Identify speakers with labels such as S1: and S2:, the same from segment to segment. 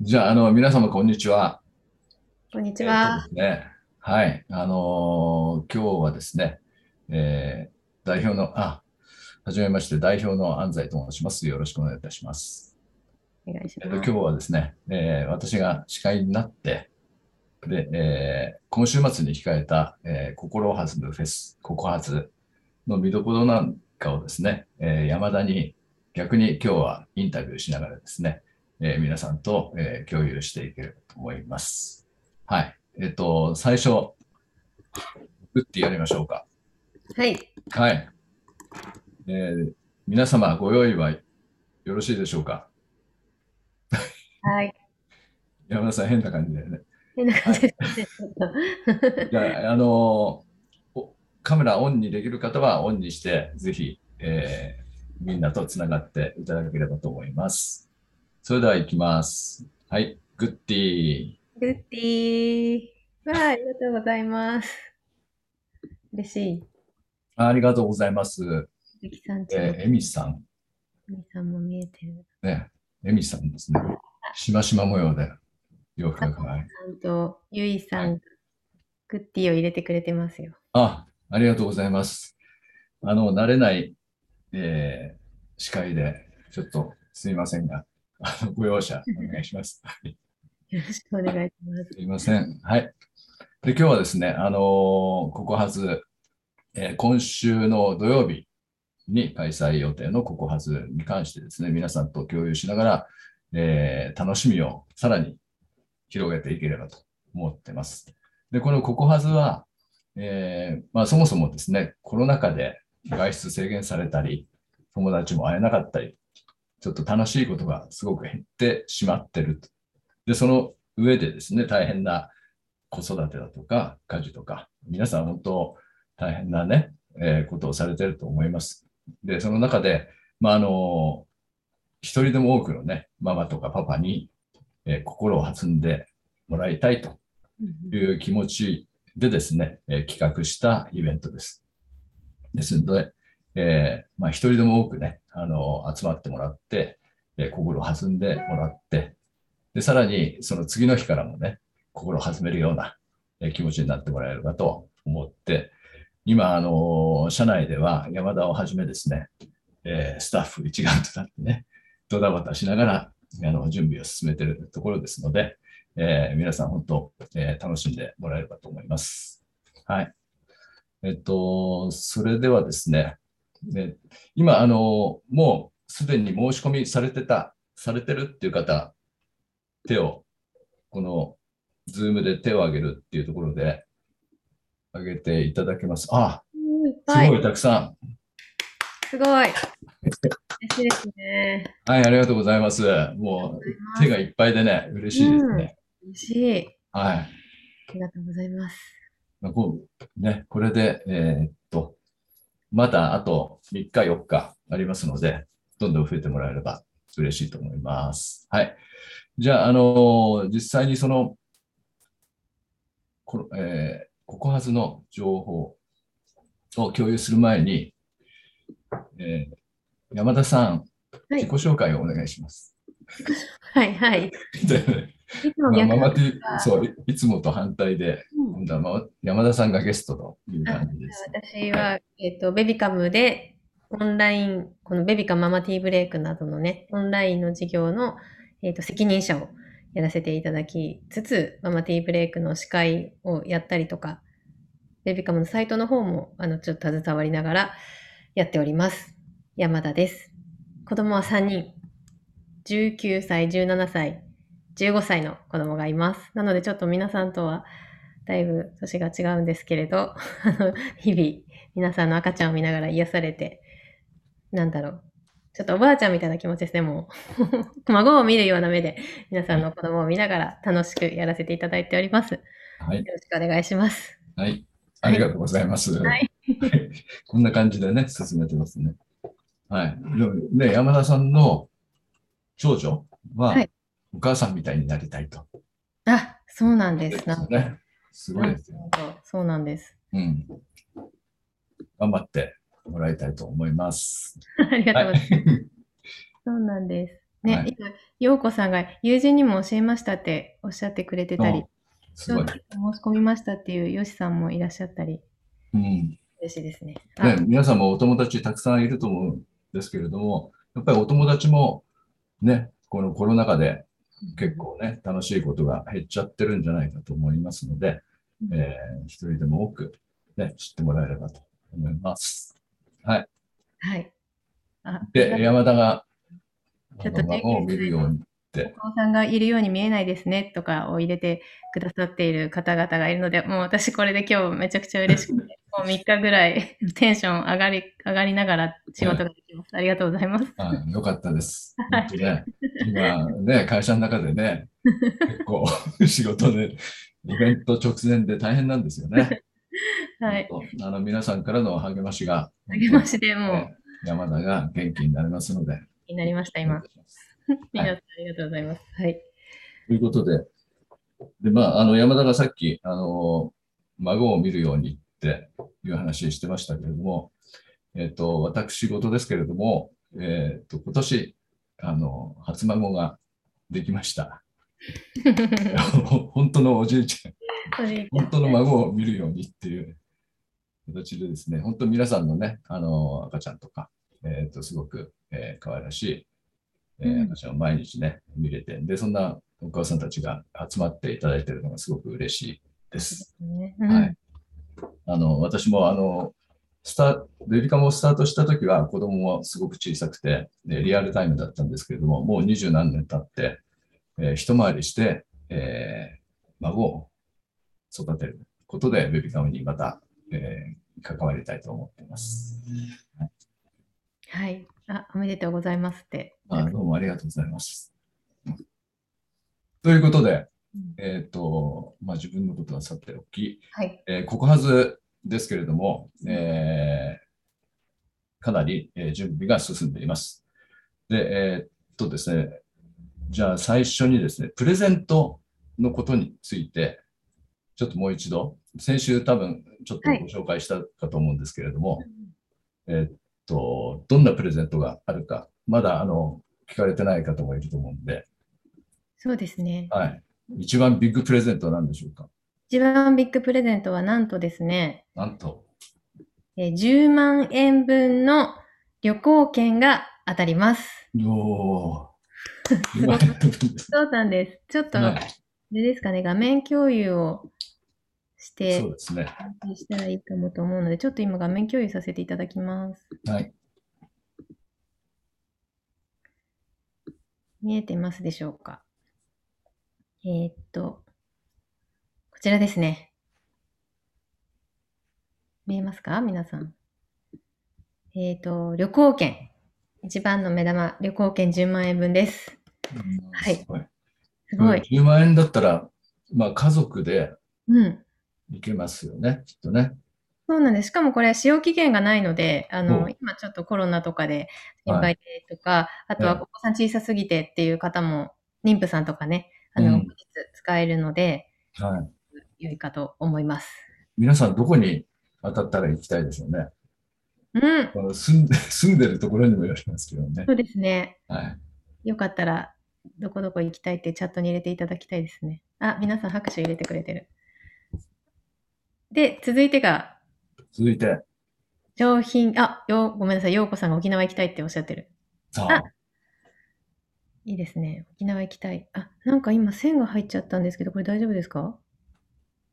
S1: じゃあ、あの、皆様、こんにちは。
S2: こんにち
S1: え
S2: は。
S1: ーとですね、はい。あのー今日はですね、えー代表の、あ、はじめまして、代表の安西と申します。よろしくお願いいたします。
S2: お願いし
S1: えーと
S2: ま
S1: 今日はですね、えー私が司会になって、で、えー今週末に控えた、えー、心を弾むフェス、ココハズの見どころなんかをですね、えー山田に逆に今日はインタビューしながらですね、えー皆さんと、えー共有していければと思います。はい。えっ、と、最初、打ってやりましょうか。
S2: す。はい。
S1: はい。えー皆様、ご用意はよろしいでしょうか
S2: はい。
S1: 山田さん、変な感じだよね。
S2: 変な感じですね。ちょっと
S1: じゃあ、あのーおカメラオンにできる方はオンにして、ぜひ、えーみんなとつながっていただければと思います。それでは行きます。はい、グッディー。
S2: グッディー。わあ、ありがとうございます。嬉しい。
S1: ありがとうございます。
S2: ゆきさんちの
S1: えー、エミさん、
S2: みさんも見えてる。
S1: ね、エミさんですね。しましま模様で、洋服
S2: あ
S1: が
S2: と
S1: 可愛い。
S2: さんとゆいさん、グッディーを入れてくれてますよ。
S1: あ、ありがとうございます。あの、慣れない、えー司会で、ちょっとすいませんが、あのご容赦お願いします。
S2: よろしくお願いします。
S1: すいません。はい。で、今日はですね、あのーココハズ、えー今週の土曜日に開催予定のココハズに関してですね、皆さんと共有しながら、えー楽しみをさらに広げていければと思ってます。で、このココハズは、えーまあ、そもそもですね、コロナ禍で外出制限されたり、友達も会えなかったり、ちょっと楽しいことがすごく減ってしまってるとで、その上でですね、大変な子育てだとか、家事とか、皆さん本当大変なね、えーことをされてると思います。で、その中で、まあ、あの、一人でも多くのね、ママとかパパに、えー心を弾んでもらいたいという気持ちでですね、えー企画したイベントです。ですので、えーまあ、一人でも多くね、あの集まってもらって、えー心を弾んでもらって、で、さらにその次の日からもね、心を弾めるようなえー気持ちになってもらえればと思って、今、あの、社内では山田をはじめですね、えースタッフ一丸となってね、ドタバタしながら、あの、準備を進めているところですので、えー皆さん本当、えー楽しんでもらえればと思います。はい。えっと、それではですね、ね今、あの、もうすでに申し込みされてた、されてるっていう方、手を、この、ズームで手を挙げるっていうところで、挙げていただけます。あ、
S2: うんいっ
S1: す
S2: ぱい
S1: ご。いたくさ
S2: すごい。嬉しいですね。
S1: ん。はい、ありがとうございます。もう、手がいっぱいでね、嬉しいですね。
S2: 嬉しい。
S1: はい。
S2: ありがとうございます。
S1: まあこうね、これで、えーっと、またあと3日、4日ありますので、どんどん増えてもらえれば嬉しいと思います。はい。じゃあ、あのー実際にその、このえー、ココハズの情報を共有する前に、えー山田さん、
S2: はい
S1: 自己紹介をお願いし ます。
S2: はいはい。
S1: で
S2: いつ も
S1: まあ
S2: 逆
S1: マ
S2: に
S1: マティそうい いつもと反対で、今度はま山田さんがゲストという感じです。
S2: 私は、えっと、ベビカムで、オンライン、このベビカムママティーブレイクなどのね、オンラインの事業の、えっと、責任者をやらせていただきつつ、ママティーブレイクの司会をやったりとか、ベビカムのサイトの方も、あの、ちょっと携わりながらやっております。山田です。子供は3人。19歳、17歳、15歳の子供がいます。なのでちょっと皆さんとはだいぶ年が違うんですけれど、あ の日々皆さんの赤ちゃんを見ながら癒されて、なんだろう。ちょっとおばあちゃんみたいな気持ちですね、もう。 孫を見るような目で皆さんの子供を見ながら楽しくやらせていただいております。よ
S1: はい、
S2: ろしくお願いします。
S1: はい、ありがとうございます。
S2: はい
S1: はいこんな感じでね、進めてますね。はい、でもね、山田さんの長女は
S2: はい
S1: お母さんみたいになりたいと。
S2: あ、そうなんです。なんと
S1: ね、すごいですよ。
S2: そうなん です。
S1: うん。頑張ってもらいたいと思います。
S2: ありがとうございます。
S1: はい
S2: そうなんです。ね、
S1: はい
S2: 今、陽子さんが友人にも教えましたっておっしゃってくれてたり、
S1: すごい。
S2: 申し込みましたっていうよしさんもいらっしゃったり、
S1: うん。
S2: 嬉しいですね。あ
S1: ね、皆さんもお友達たくさんいると思うんですけれども、やっぱりお友達もね、このコロナ禍で結構ね、楽しいことが減っちゃってるんじゃないかと思いますので、
S2: うん
S1: えー一人でも多く、ね、知ってもらえればと思います。はい。
S2: はい。あ、
S1: で、山田が、
S2: ちょっと
S1: あの
S2: ね
S1: 孫を見るように。
S2: お父さんがいるように見えないですねとかを入れてくださっている方々がいるので、もう私これで今日めちゃくちゃ嬉しく て、もう3日ぐらい テンション上がり、上がりながら仕事ができます。ありがとうございます。
S1: あよかった です。
S2: は
S1: 本
S2: い
S1: 当ね、今ね、会社の中でね、結 構仕事で、イベント直前で大変なんですよね。
S2: はい。
S1: 本当。あの、皆さんからの励ましが、
S2: 励ましでもう
S1: ね山田が元気になりますので。
S2: 気になりました、
S1: お願
S2: 今
S1: い。します
S2: 皆さんありがとうございます。はい。
S1: ということで、で、まあ、あの、山田がさっき、あの、孫を見るようにっていう話してましたけれども、えっと、私事ですけれども、えっと、今年、あの、初孫ができました。本当のおじいちゃん。
S2: おじいちゃん
S1: 本当の孫を見るようにっていう形でですね、本当皆さんのね、あの赤ちゃんとか、えっとすごく、えー可愛らしい、えー
S2: うん
S1: 赤ちゃんを毎日ね、見れて、で、そんなお母さんたちが集まっていただいているのがすごく嬉しいです。
S2: ねうん
S1: はい。あの、私もあの、スタベビカムをスタートした時は子供はすごく小さくて、でリアルタイムだったんですけれども、もう二十何年経って、えー一回りして、えー孫を育てることでベビカムにまた、えー関わりたいと思っています。
S2: はい。あ、おめでとうございますって。
S1: あどうもありがとうございます。ということで
S2: うん、
S1: えっ、と、まあ、自分のことはさておき、
S2: はい。
S1: えー、ここはずですけれども、えーかなり、えー準備が進んでいます。で、えーっとですね、じゃあ最初にですね、プレゼントのことについて、ちょっともう一度、先週多分ちょっと
S2: はい
S1: ご紹介したかと思うんですけれども、えーっと、どんなプレゼントがあるか、まだあの、聞かれてない方もいると思うんで、
S2: そうですね。
S1: はい。一番ビッグプレゼントは何でしょうか
S2: 一番ビッグプレゼントはなんとですね、
S1: なんと、
S2: えー10万円分の旅行券が当たります。
S1: おー。
S2: ご い
S1: 今
S2: そうなんです。ちょ っと、あ
S1: は
S2: れですかね、画面共有をし
S1: い、
S2: て
S1: そう、ですね。
S2: したらいいかもと思うので、ちょっと今画面共有させていただきます。
S1: はい。
S2: 見えてますでしょうかえーっと、こちらですね。見えますか皆さん。えーっと、旅行券。一番の目玉、旅行券10万円分です。はい
S1: すごい。
S2: す
S1: こ
S2: ご
S1: れ
S2: い。
S1: 10万円だったら、まあ家族で
S2: うん。
S1: 行けますよね、きっとね。
S2: そうなんです。しかもこれ、使用期限がないので、あ
S1: う
S2: の、
S1: ん
S2: 今ちょっとコロナとかで心
S1: はい
S2: 配でとか、あと
S1: う
S2: は
S1: ん
S2: お子さん小さすぎてっていう方も、妊婦さんとかね、あ
S1: う
S2: の、
S1: ん
S2: 後日使えるので、
S1: はい。
S2: 良いかと思います。
S1: 皆さんどこに当たったら行きたいでしょうね。
S2: うん。
S1: この住んで 住んでるところにもよりますけどね
S2: そ。うですね。
S1: はい。
S2: よかったら、どこどこ行きたいってチャットに入れていただきたいですね。あ、皆さん拍手入れてくれてる。で、続いてが、
S1: 続いて、
S2: 商品、あ、よ、ごめんなさい。ようこさんが沖縄行きたいっておっしゃってる。
S1: さ
S2: あ
S1: あ、
S2: いいですね。沖縄行きたい。あ、なんか今線が入っちゃったんですけど、これ大丈夫ですか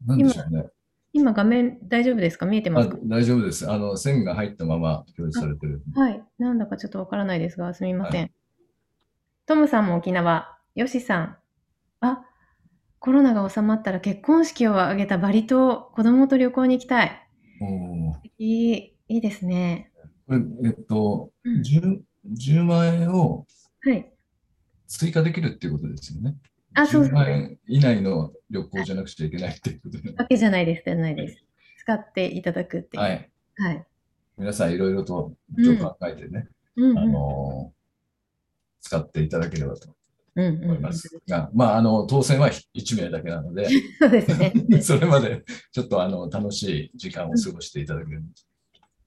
S1: 何でしょうね。
S2: 今画面大丈夫ですか見えてま
S1: あ
S2: すか
S1: 大丈夫です。あの、線が入ったまま表示されてる。
S2: はい。なんだかちょっとわからないですが、すみません。トムさんも沖縄。ヨシさん。あ、コロナが収まったら結婚式を挙げたバリ島、子供と旅行に行きたい。
S1: おー
S2: いい、いいですね。
S1: これ、えっと、
S2: うん
S1: 10、10万円を
S2: はい。
S1: 追加できるっていうことですよね。
S2: あ、そう
S1: 10
S2: そう
S1: 万。円以内の旅行じゃなくちゃいけないっていうことで。
S2: わけじゃないです、じゃないです。使っていただくっていう。
S1: は
S2: はい。
S1: い。皆さんいろいろとちょっと考えてね、
S2: うん、
S1: あ
S2: うん。
S1: のー使っていただければと
S2: うん、うん。
S1: 思いますが、まあ、あの、当選は1名だけなの で、
S2: そうですね。
S1: それまでちょっとあの、楽しい時間を過ごしていただける。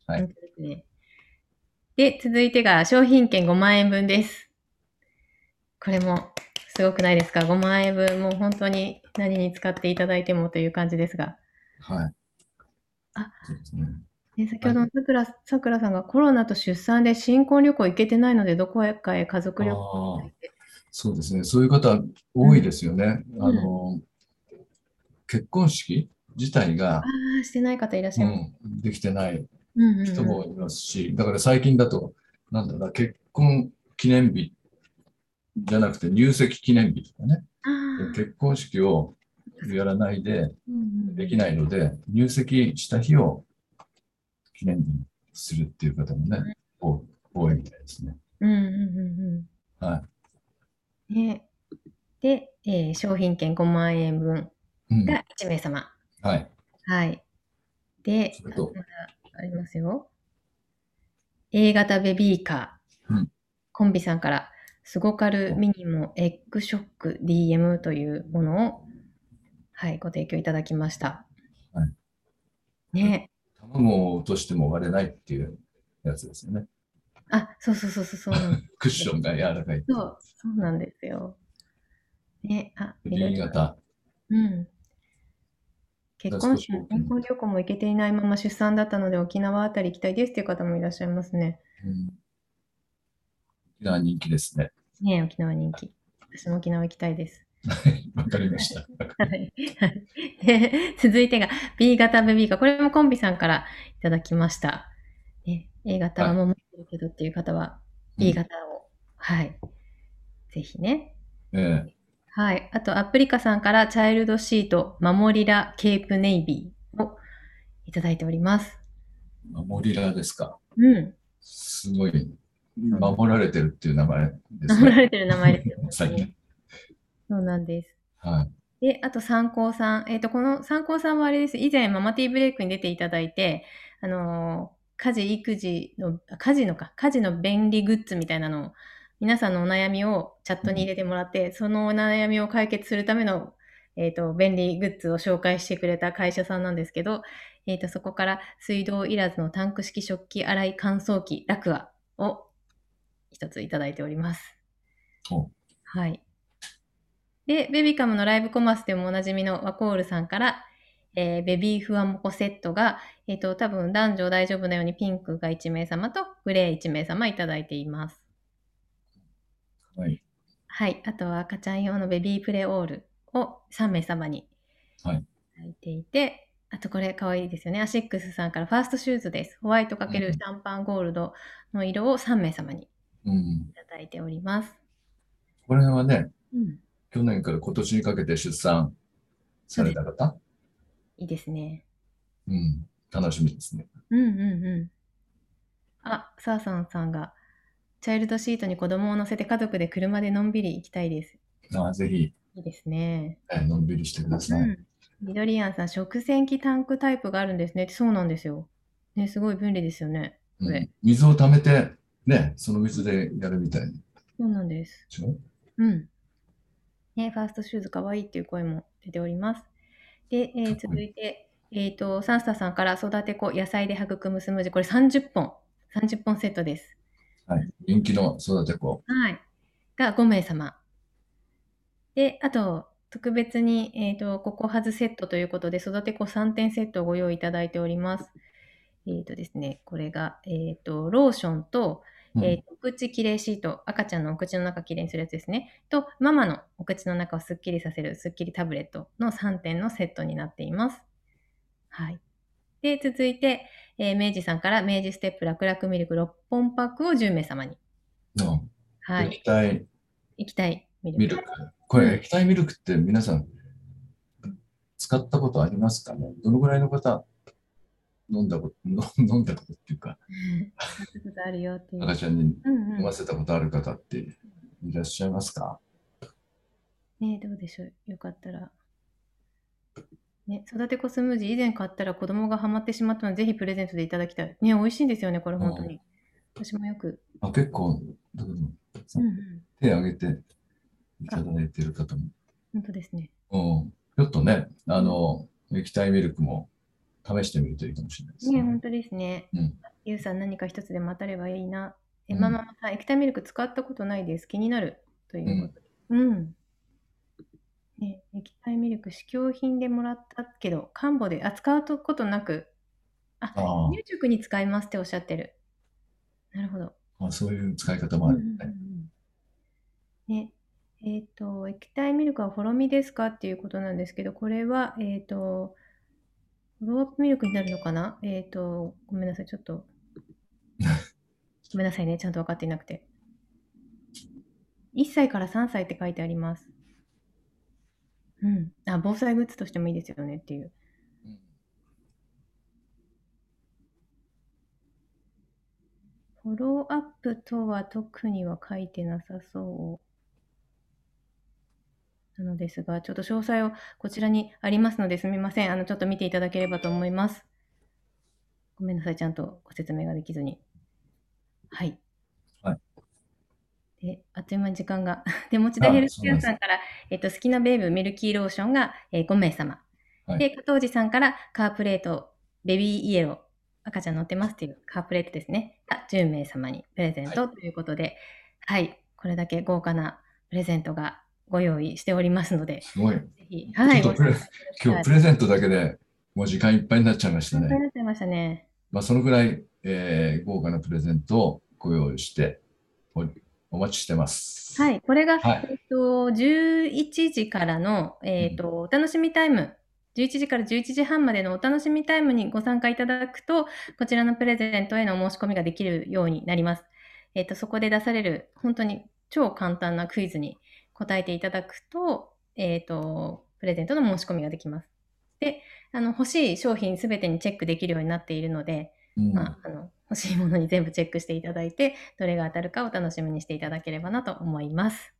S1: はい
S2: 本当ですね。で、続いてが商品券5万円分です。これもすごくないですか ?5 万円分、もう本当に何に使っていただいてもという感じですが。
S1: はい。
S2: あ
S1: そうですね。
S2: ね、先ほどのさくらさくらさんがコロナと出産で新婚旅行行けてないので、どこかへ家族旅行に行きたいって
S1: そうですね。そういう方多いですよね。
S2: ん
S1: あの、結婚式自体が
S2: あ、あ、してない方いらっし
S1: う
S2: ゃいます。
S1: ん、できてない
S2: うんうんうん
S1: 人もいますし、だから最近だと、なんだろうな、結婚記念日じゃなくて入籍記念日とかね、
S2: あー
S1: 結婚式をやらないで、
S2: うんうん
S1: できないので、入籍した日を記念日にするっていう方もね、多多いみたいですね。
S2: うんうんうんうん。。
S1: はい
S2: ね、で、えー商品券5万円分
S1: うん、
S2: が1名様。
S1: はい。
S2: はい。で、
S1: それと
S2: まだありますよ。A 型ベビーカー、
S1: うん
S2: コンビさんから、スゴカルミニモエッグショック DM というものを、はい、ご提供いただきました。
S1: は
S2: ね
S1: 卵を落としても割れないっていうやつですよね。
S2: あ、そうそうそ うそうそうなんです。
S1: クッションが柔らかい。
S2: そう、そうなんですよ。ね、あ、いろい
S1: D
S2: ろ
S1: 型。
S2: うん。結婚
S1: 少し
S2: 式も
S1: 大きい
S2: 新婚旅行も行けていないまま出産だったので沖縄あたり行きたいですっていう方もいらっしゃいますね。
S1: うん。が人気ですね。
S2: ねえ沖縄人気。私も沖縄行きたいです。
S1: わかりました。
S2: はい。で続いてが B 型ベビーカー。これもコンビさんからいただきました。ね、A 型はもう持ってるけどっていう方は B 型を。はい。ぜひね。
S1: うんええ
S2: はい。あと、アプリカさんからチャイルドシート、守りらケープネイビーをいただいております。
S1: 守りらですか。
S2: うん。
S1: すごい。守られてるっていう名前です
S2: 守ら
S1: ね。。
S2: れてる名前ですよ
S1: 最近。
S2: そうなんです。
S1: はい。
S2: で、あと、参考さん。えっ、と、この参考さんはあれです。以前、ママティーブレイクに出ていただいて、あのー家事、育児の、あ家事のか、家事の便利グッズみたいなのを、皆さんのお悩みをチャットに入れてもらって、そのお悩みを解決するための、えっ、と、便利グッズを紹介してくれた会社さんなんですけど、えっ、と、そこから、水道いらずのタンク式食器洗い乾燥機、ラクアを一ついただいております。
S1: お
S2: はい。で、ベビカムのライブコマースでもおなじみのワコールさんから、えーベビーフワモコセットが、えっ、と、多分男女大丈夫なようにピンクが1名様とグレー1名様いただいています。
S1: はい。
S2: はい。あとは赤ちゃん用のベビープレオールを3名様に
S1: はい
S2: いただいていて、あとこれ可愛いですよね。アシックスさんからファーストシューズです。ホワイトかけ
S1: うんうん
S2: るシャンパンゴールドの色を3名様にい
S1: うん。
S2: ただいております。
S1: これはね、
S2: うん。
S1: 去年から今年にかけて出産された方、
S2: いいですね。
S1: うん、楽しみですね。
S2: うんうんうん。あ、サーさんさんが、チャイルドシートに子供を乗せて家族で車でのんびり行きたいです。
S1: あぜひ、
S2: いいですね。
S1: えのんびりしてください。
S2: うん。ミドリアンさん、食洗機タンクタイプがあるんですねって。そうなんですよ。ね、すごい便利ですよね。
S1: うん
S2: ね
S1: 水を溜めて、ね、その水でやるみたいで
S2: そうなんです。
S1: しょ
S2: うん。ね、ファーストシューズかわいいっていう声も出ております。で、えー
S1: かっこ
S2: 続いて、えっ、と、サンスタさんから育て子、野菜で育むスムージー、これ30本、30本セットです。
S1: はい。人気の育て子。
S2: はい。が5名様。で、あと、特別に、えっ、と、ココハズセットということで、育て子3点セットをご用意いただいております。えっ、とですね、これが、えっ、と、ローションと、
S1: うん
S2: えーお口きれいシート、赤ちゃんのお口の中きれいにするやつですね。と、ママのお口の中をすっきりさせるすっきりタブレットの3点のセットになっています。はい。で、続いて、えー明治さんから明治ステップ楽々ミルク6本パックを10名様に。
S1: の
S2: はい。
S1: 液体
S2: 液体ミルク。
S1: ミルク。これ、液体ミルクって皆さん、使ったことありますかねどのぐらいの方、飲んだこと、 飲んだことっていうか、
S2: うん使ったことあるよっていう。
S1: 赤ちゃんに
S2: うんう
S1: 飲
S2: ん
S1: ませたことある方っていらっしゃいますか
S2: ねどうでしょう。よかったら。ね、育て子スムージー以前買ったら子供がハマってしまったので、ぜひプレゼントでいただきたい。ね、美味しいんですよね、これ本当に。私もよく。
S1: あ結構、だけど
S2: うんうん。
S1: 手を挙げていただいている方も
S2: 本当ですね。
S1: うんちょっとね、あの、液体ミルクも試してみるといいかもしれないです
S2: ね、
S1: ね。
S2: 本当ですね。
S1: うん
S2: ゆうさん、何か一つでも当たればいいな。え、
S1: うん
S2: ママさん、液体ミルク使ったことないです。気になる。ということで。うん。ね、液体ミルク、試供品でもらったけど、看護で扱うことなく、あ、
S1: あ
S2: 入塾に使いますっておっしゃってる。なるほど。
S1: あ、あそういう使い方もある
S2: うんうん
S1: ね。
S2: うんうんね。えっ、と、液体ミルクはほろみですかっていうことなんですけど、これは、えっ、と、フォローアップミルクになるのかなえっ、と、ごめんなさい、ちょっと。ごめんなさいね、ちゃんと分かっていなくて。1歳から3歳って書いてあります。うん。あ、防災グッズとしてもいいですよねっていう。
S1: うん
S2: フォローアップとは特には書いてなさそうなのですが、ちょっと詳細をこちらにありますのですみません。あの、ちょっと見ていただければと思います。ごめんなさい。ちゃんとご説明ができずに。はい。
S1: はい
S2: で、あっという間に時間が。 で、持田ヘルスケアさんから、えっと、好きなベイブミルキーローションが、えー5名様。
S1: はい
S2: で、加藤寺さんからカープレート、ベビーイエロー、赤ちゃん乗ってますっていうカープレートですね。が10名様にプレゼントということで、はい、これだけ豪華なプレゼントがご用意しておりますので、
S1: すごい。
S2: ぜひ、はい、
S1: ちょっとプレ
S2: ご参加いただき
S1: 今
S2: たい
S1: 日プレゼントだけでもう時間いっぱいになっちゃいました
S2: いっぱいに
S1: ね。
S2: なっちゃいましたね。
S1: まあ、そのぐらい、えー豪華なプレゼントをご用意しておお待ちしてます。
S2: はい、これが、
S1: はい
S2: えっと、11時からの、えっと、お楽しみタイム、11時から11時半までのお楽しみタイムにご参加いただくと、こちらのプレゼントへのお申し込みができるようになります。えっと、そこで出される、本当に超簡単なクイズに答えていただくと、えっと、プレゼントの申し込みができます。で、あの、欲しい商品すべてにチェックできるようになっているので、
S1: うん
S2: まあ、あの欲しいものに全部チェックしていただいてどれが当たるかお楽しみにしていただければなと思います。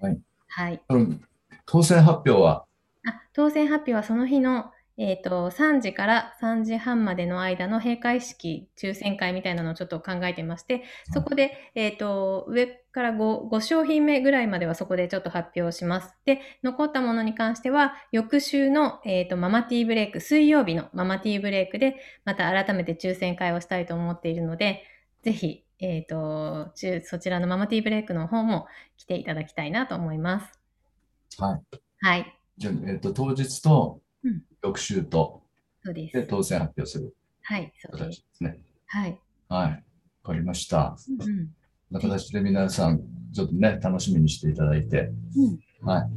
S1: はい、
S2: はい、
S1: その当選発表は、
S2: あ当選発表はその日の、えー、と3時から3時半までの間の閉会式抽選会みたいなのをちょっと考えてましてそこで、えー、と上から 5, 5商品目ぐらいまではそこでちょっと発表します。で残ったものに関しては翌週の、えー、とママティーブレイク水曜日のママティーブレイクでまた改めて抽選会をしたいと思っているので、ぜひ、えっ、と、中そちらのママティーブレイクの方も来ていただきたいなと思います。
S1: はい。
S2: はい。
S1: じゃあえっと当日と
S2: うん
S1: 翌週と
S2: そうで。
S1: です当選発表する
S2: はい、そ
S1: 形
S2: うで。
S1: ですすね。
S2: はい。
S1: はい。わかりました。
S2: うんうん
S1: こんな形で皆さん、ちょっとね、楽しみにしていただいて、
S2: うん
S1: はい。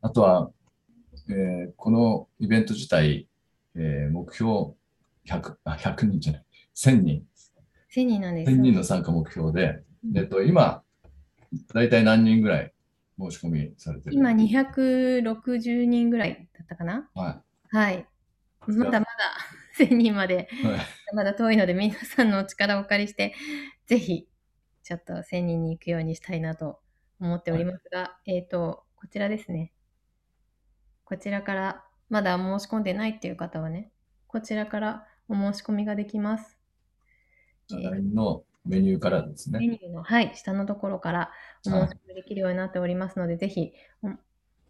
S1: あとは、えーこのイベント自体、えー目標100、あ、100人じゃない、1000人、
S2: 1000人なんです。
S1: 1000人の参加目標で、
S2: うん
S1: えっと、今、大体何人ぐらい申し込みされてる
S2: 今、260人ぐらいだったかな
S1: は
S2: はい。まだまだ 1000人まで、
S1: い。はい
S2: まだ遠いので、皆さんのお力をお借りして、ぜひ、ちょっと1000人に行くようにしたいなと思っておりますが、えっ、と、こちらですね。こちらから、まだ申し込んでないっていう方はね、こちらからお申し込みができます。
S1: じゃあ LINE のメニューからです
S2: メ
S1: ね。
S2: ニューの、はい、下のところからお申し込みできるようになっておりますので、ぜひ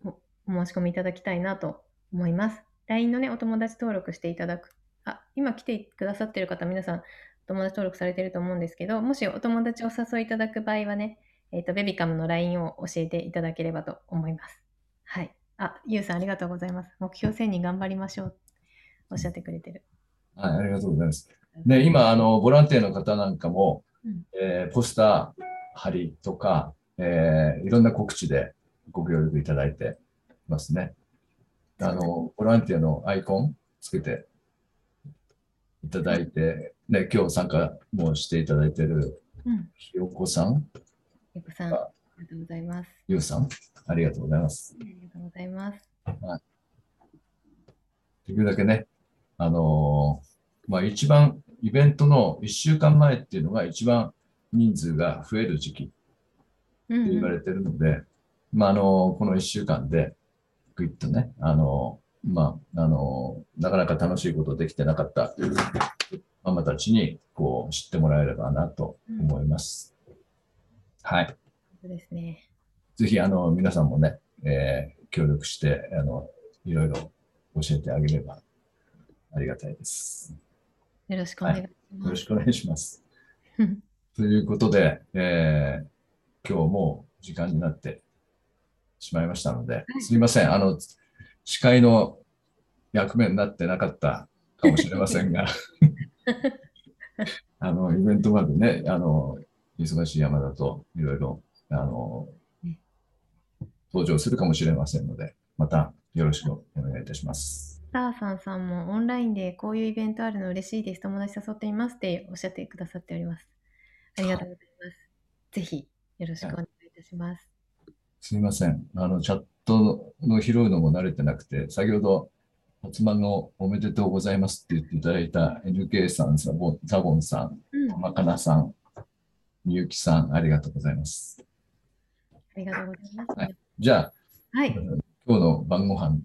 S2: おおお申し込みいただきたいなと思います。LINE のね、お友達登録していただく。あ、今来てくださってる方、皆さん、お友達登録されてると思うんですけど、もしお友達をお誘いいただく場合はね、えっ、と、ベビカムの LINE を教えていただければと思います。はい。あ、ゆうさん、ありがとうございます。目標1000人頑張りましょう。おっしゃってくれてる。
S1: はい、ありがとうございます。ね、今、あの、ボランティアの方なんかも、
S2: うん
S1: えーポスター貼りとか、えーいろんな告知でご協力いただいてますね。あの、ボランティアのアイコンつけていただいて、ね、今日参加もしていただいてる
S2: うん。
S1: ひよこさん、
S2: ゆうこさん、あ
S1: あ
S2: りがとうございます。
S1: ゆうさん、ありがとうございます。
S2: ありがとうございます。
S1: できるだけね、あのーまあ一番、イベントの1週間前っていうのが一番人数が増える時期
S2: うん
S1: って
S2: うん
S1: 言われてるので、まあ、あの、この1週間で、ぐいっとね、あの、まあ、あの、なかなか楽しいことできてなかったママたちに、こう、知ってもらえればなと思います。はい。
S2: そうですね。
S1: ぜひ、あの、皆さんもね、えー協力して、あの、いろいろ教えてあげればありがたいです。
S2: よろしくお願いし
S1: よ
S2: ま
S1: ろ
S2: す。
S1: しくお願いします。
S2: うん
S1: ということで、えー今日もう時間になってしまいましたので、すみません、あの、司会の役目になってなかったかもしれませんが、あの、イベントまでね、あの、忙しい山だといろいろ、あの、登場するかもしれませんので、またよろしくお願いいたします。
S2: スターさんさんもオンラインでこういうイベントあるの嬉しいです。友達誘っていますっておっしゃってくださっております。ありがとうございます。ぜひよろしくお願いいたします。
S1: すみません。あの、チャットの拾うのも慣れてなくて、先ほど、初孫のおめでとうございますって言っていただいた NK さん、ザボンザボンさん、
S2: うん、あ
S1: マカナさん、みゆきさん、ありがとうございます。
S2: りがとうございます。は、
S1: はいじゃあ、今日の晩ご飯、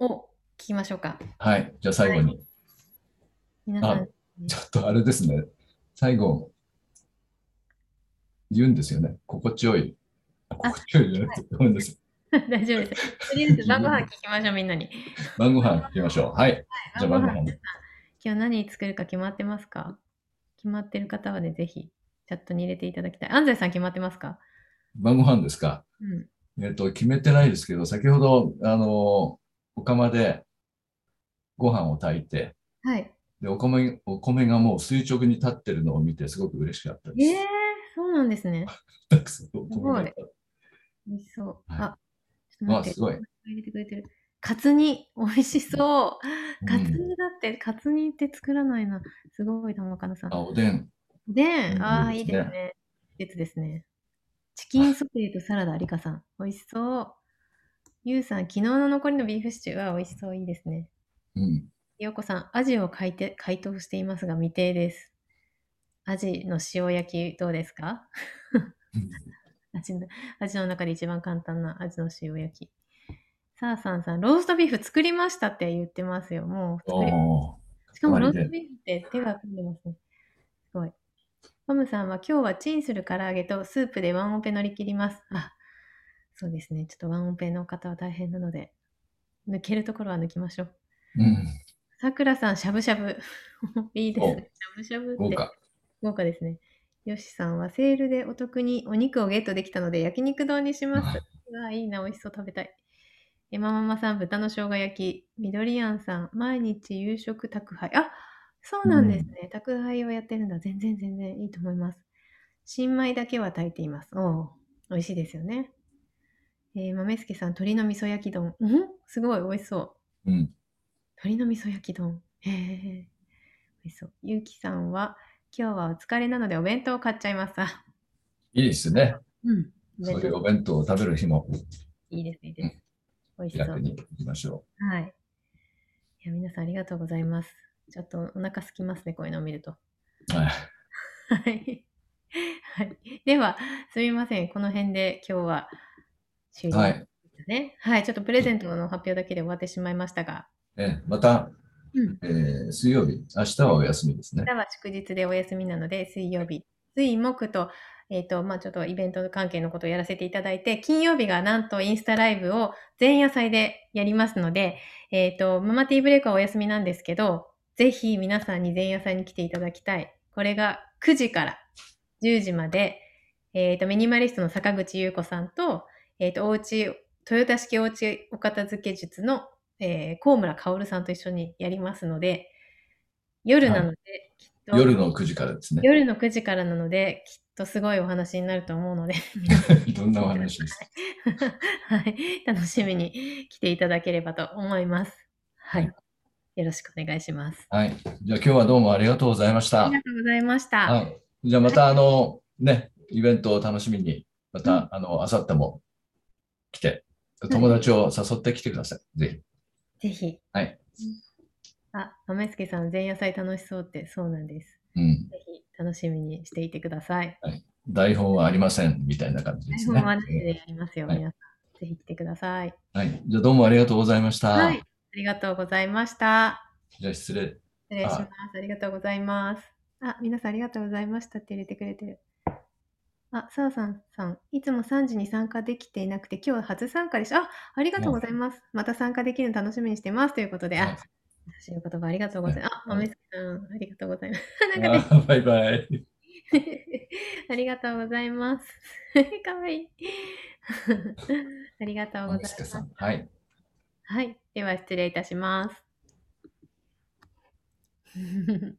S2: を聞きましょうか。
S1: はい。じゃあ最後に、
S2: 皆さん、
S1: あちょっとあれですね。最後、言うんですよね。心地よい。あ心地よいじゃなくて、ごめんなさい。
S2: 大丈夫です。とりあえず晩ご飯聞きましょう、みんなに。
S1: 晩ご飯行きましょう。はい。じゃあ
S2: 晩
S1: 晩ご
S2: ご
S1: 飯
S2: 飯皆さん今日何作るか決まってますか決まってる方はね、ぜひチャットに入れていただきたい。安西さん決まってますか
S1: 晩ご飯ですか。
S2: うん。
S1: えっと、決めてないですけど、先ほど、あの、お釜でご飯を炊いて、
S2: はい。
S1: で、お米、お米がもう垂直に立ってるのを見て、すごく嬉しかった
S2: え
S1: で
S2: ー、そうなんですね。
S1: す。お米が立って
S2: 美味しそう。
S1: はい
S2: あ、ちょっと待って。
S1: あすごい。
S2: 入れてくれてる。カツ煮、美味しそうう。
S1: ん
S2: カツ煮だって、カツ煮って作らないな。すごい、玉かなさん
S1: あ、。おでん。
S2: で、
S1: うん
S2: ああ、い
S1: い
S2: い
S1: い
S2: で
S1: ですすね
S2: ね。季節ですね。チキンソテーとサラダ、リカさん。美味しそう。ゆうさん、昨日の残りのビーフシチューは美味しそう。いいですね。
S1: うん。
S2: ようこさん、アジを解て解凍していますが未定です。アジの塩焼きどうですか アジのアジの中で一番簡単なアジの塩焼き。さあさんさん、ローストビーフ作りましたって言ってますよ。もう作り
S1: おー
S2: しかもロー
S1: 割
S2: ス
S1: りで
S2: トビーフって手が込んでますね。すごい。トムさんは今日はチンする唐揚げとスープでワンオペ乗り切ります。あ、そうですね。ちょっとワンオペの方は大変なので、抜けるところは抜きましょう。
S1: うん。
S2: さくらさん、しゃぶしゃぶ。 いいですね。しゃぶしゃぶって。
S1: 豪華。
S2: 豪華ですね。よしさんはセールでお得にお肉をゲットできたので焼肉丼にします。うわいいな、美味しそう食べたい。えまママさん、豚の生姜焼き。みどりやんさん、毎日夕食宅配。あそうなんですね。宅配をやってるんだ。全然全然いいと思います。新米だけは炊いています。おお、美味しいですよね。えー、豆助さん、鶏の味噌焼き丼。うんすごい、美味しそう。
S1: うん。
S2: 鶏の味噌焼き丼。へえ。美味しそう。ゆうきさんは、今日はお疲れなのでお弁当を買っちゃいます。 あ
S1: いいですね。
S2: うん。お
S1: そ
S2: 弁
S1: ういう
S2: 当
S1: お弁当を食べる日も
S2: いいですね、いいです。美味し
S1: 気
S2: そう。は
S1: 楽
S2: い。
S1: に行きましょ
S2: いや、皆さんありがとうございます。ちょっとお腹空きますね、こういうのを見ると。
S1: う。はい。
S2: はい。はい。では、すみません。この辺で今日は終了
S1: は
S2: で
S1: い。
S2: すね。はい。ちょっとプレゼントの発表だけで終わってしまいましたが、
S1: えまた、
S2: うん
S1: えー水曜日、明日はお休みですね
S2: 明。日は祝日でお休みなので、水曜日、水木と、えっ、と、まあちょっとイベント関係のことをやらせていただいて、金曜日がなんとインスタライブを前夜祭でやりますので、えっ、と、ママティーブレイクはお休みなんですけど、ぜひ皆さんに前夜祭に来ていただきたい。これが9時から10時まで、えっ、と、ミニマリストの坂口優子さんと、えっ、と、おうち、豊田式おうちお片付け術の、えー、高村薫さんと一緒にやりますので、夜なので、きっと
S1: 夜の9時からですね。
S2: 夜の9時からなので、きっとすごいお話になると思 うので、
S1: いろんなお話です。
S2: はい、楽しみに来ていただければと思います。はい。よろしくお願いします。
S1: はい。じゃあ今日はどうもありがとうございました
S2: あり。がとうございました。
S1: は
S2: はい。
S1: い。じゃあまた、あの、ね、イベントを楽しみに、また、あの、あさっても来て、友達を誘ってきてください。ぜ
S2: ぜひ。
S1: はい。
S2: あ、豆助さん、前夜祭楽しそうって、そうなんです。
S1: ひ。うん。
S2: ぜひ楽しみにしていてください。
S1: 台本はありません、みたいな感じで
S2: 台
S1: す
S2: 本
S1: ね。
S2: はなしでやりますよ、
S1: はい
S2: 皆さん。ぜひ来てください。
S1: はい。じゃあどうもありがとうございました。
S2: はい。ありがとうございました。
S1: じゃあ失礼。
S2: 失礼します。ありがとうございます。あ、皆さんありがとうございましたって入れてくれてる。あ、さあさんさん、いつも3時に参加できていなくて、今日初参加でした。あ、ありがとうございます。また参加できるの楽しみにしてますということで、
S1: は
S2: あ
S1: い、
S2: 優しいお言葉ありがとうございます。あ、
S1: は
S2: 豆
S1: い
S2: めさん、ありがとうございます。なんかね、
S1: あーバイバイ。
S2: ありがとうございます。 かわいい。 ありがとうござい
S1: マ
S2: ま
S1: スケ
S2: す
S1: さ。ん。はい。
S2: はい。では失礼いたします。